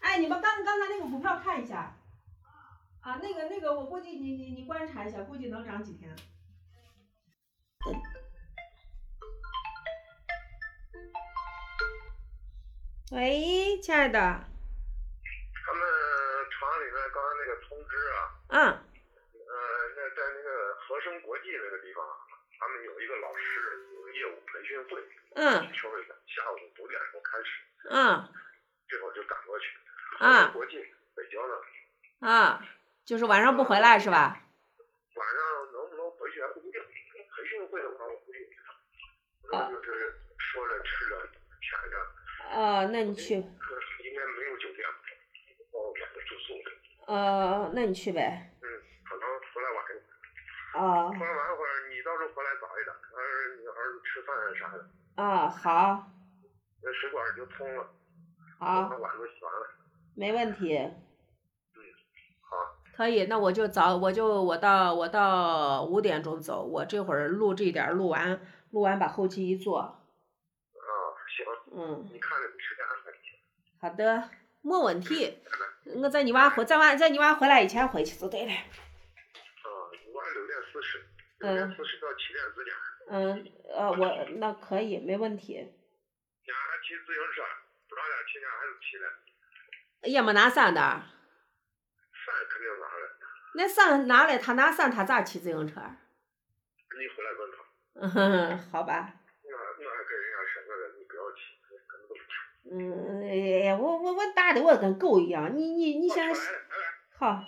哎，你们刚刚才那个股票看一下，啊，那个那个，我估计你你你观察一下，估计能涨几天。啊喂，亲爱的，他们厂里面刚刚那个通知啊，嗯呃，那在那个和生国际那个地方，啊他们有一个老师有业务培训会，嗯秋儿下午五点钟开始，嗯这会儿就赶过去。啊和生国际北郊那儿，啊，就是晚上不回来是吧？晚上能不能回去还不一定。培训会的话，我估计，那就是说着吃着舔着，呃，那你去，可是应该没有酒店，我买个住宿，呃，那你去呗。嗯，可能回来晚一点。啊回来晚会儿，你到时候回来早一点，儿你儿子吃饭啥的，啊，好，那水管已经通了，好把。碗都洗完了。没问题。好。可以，那我就早，我就我到我到五点钟走，我这会儿录这一点儿录完，录完把后期一做，啊，行，嗯，你看着你时间安排啊一下。好的，没问题。我在你娃回，在娃在你娃回来以前回去就对了。啊，我按六点四十，六点四十到七点之间，嗯，呃，我那可以，没问题，伢还骑自行车，不让伢骑，伢还是骑的，也没拿伞的。饭肯定拿了。那伞拿来，他拿伞，他咋骑自行车？你回来问他，嗯， 好吧。那那还跟人家说那个你不要骑，跟都嗯，哎呀，我我我大的我跟狗一样，你你你我出现来在了，哎好，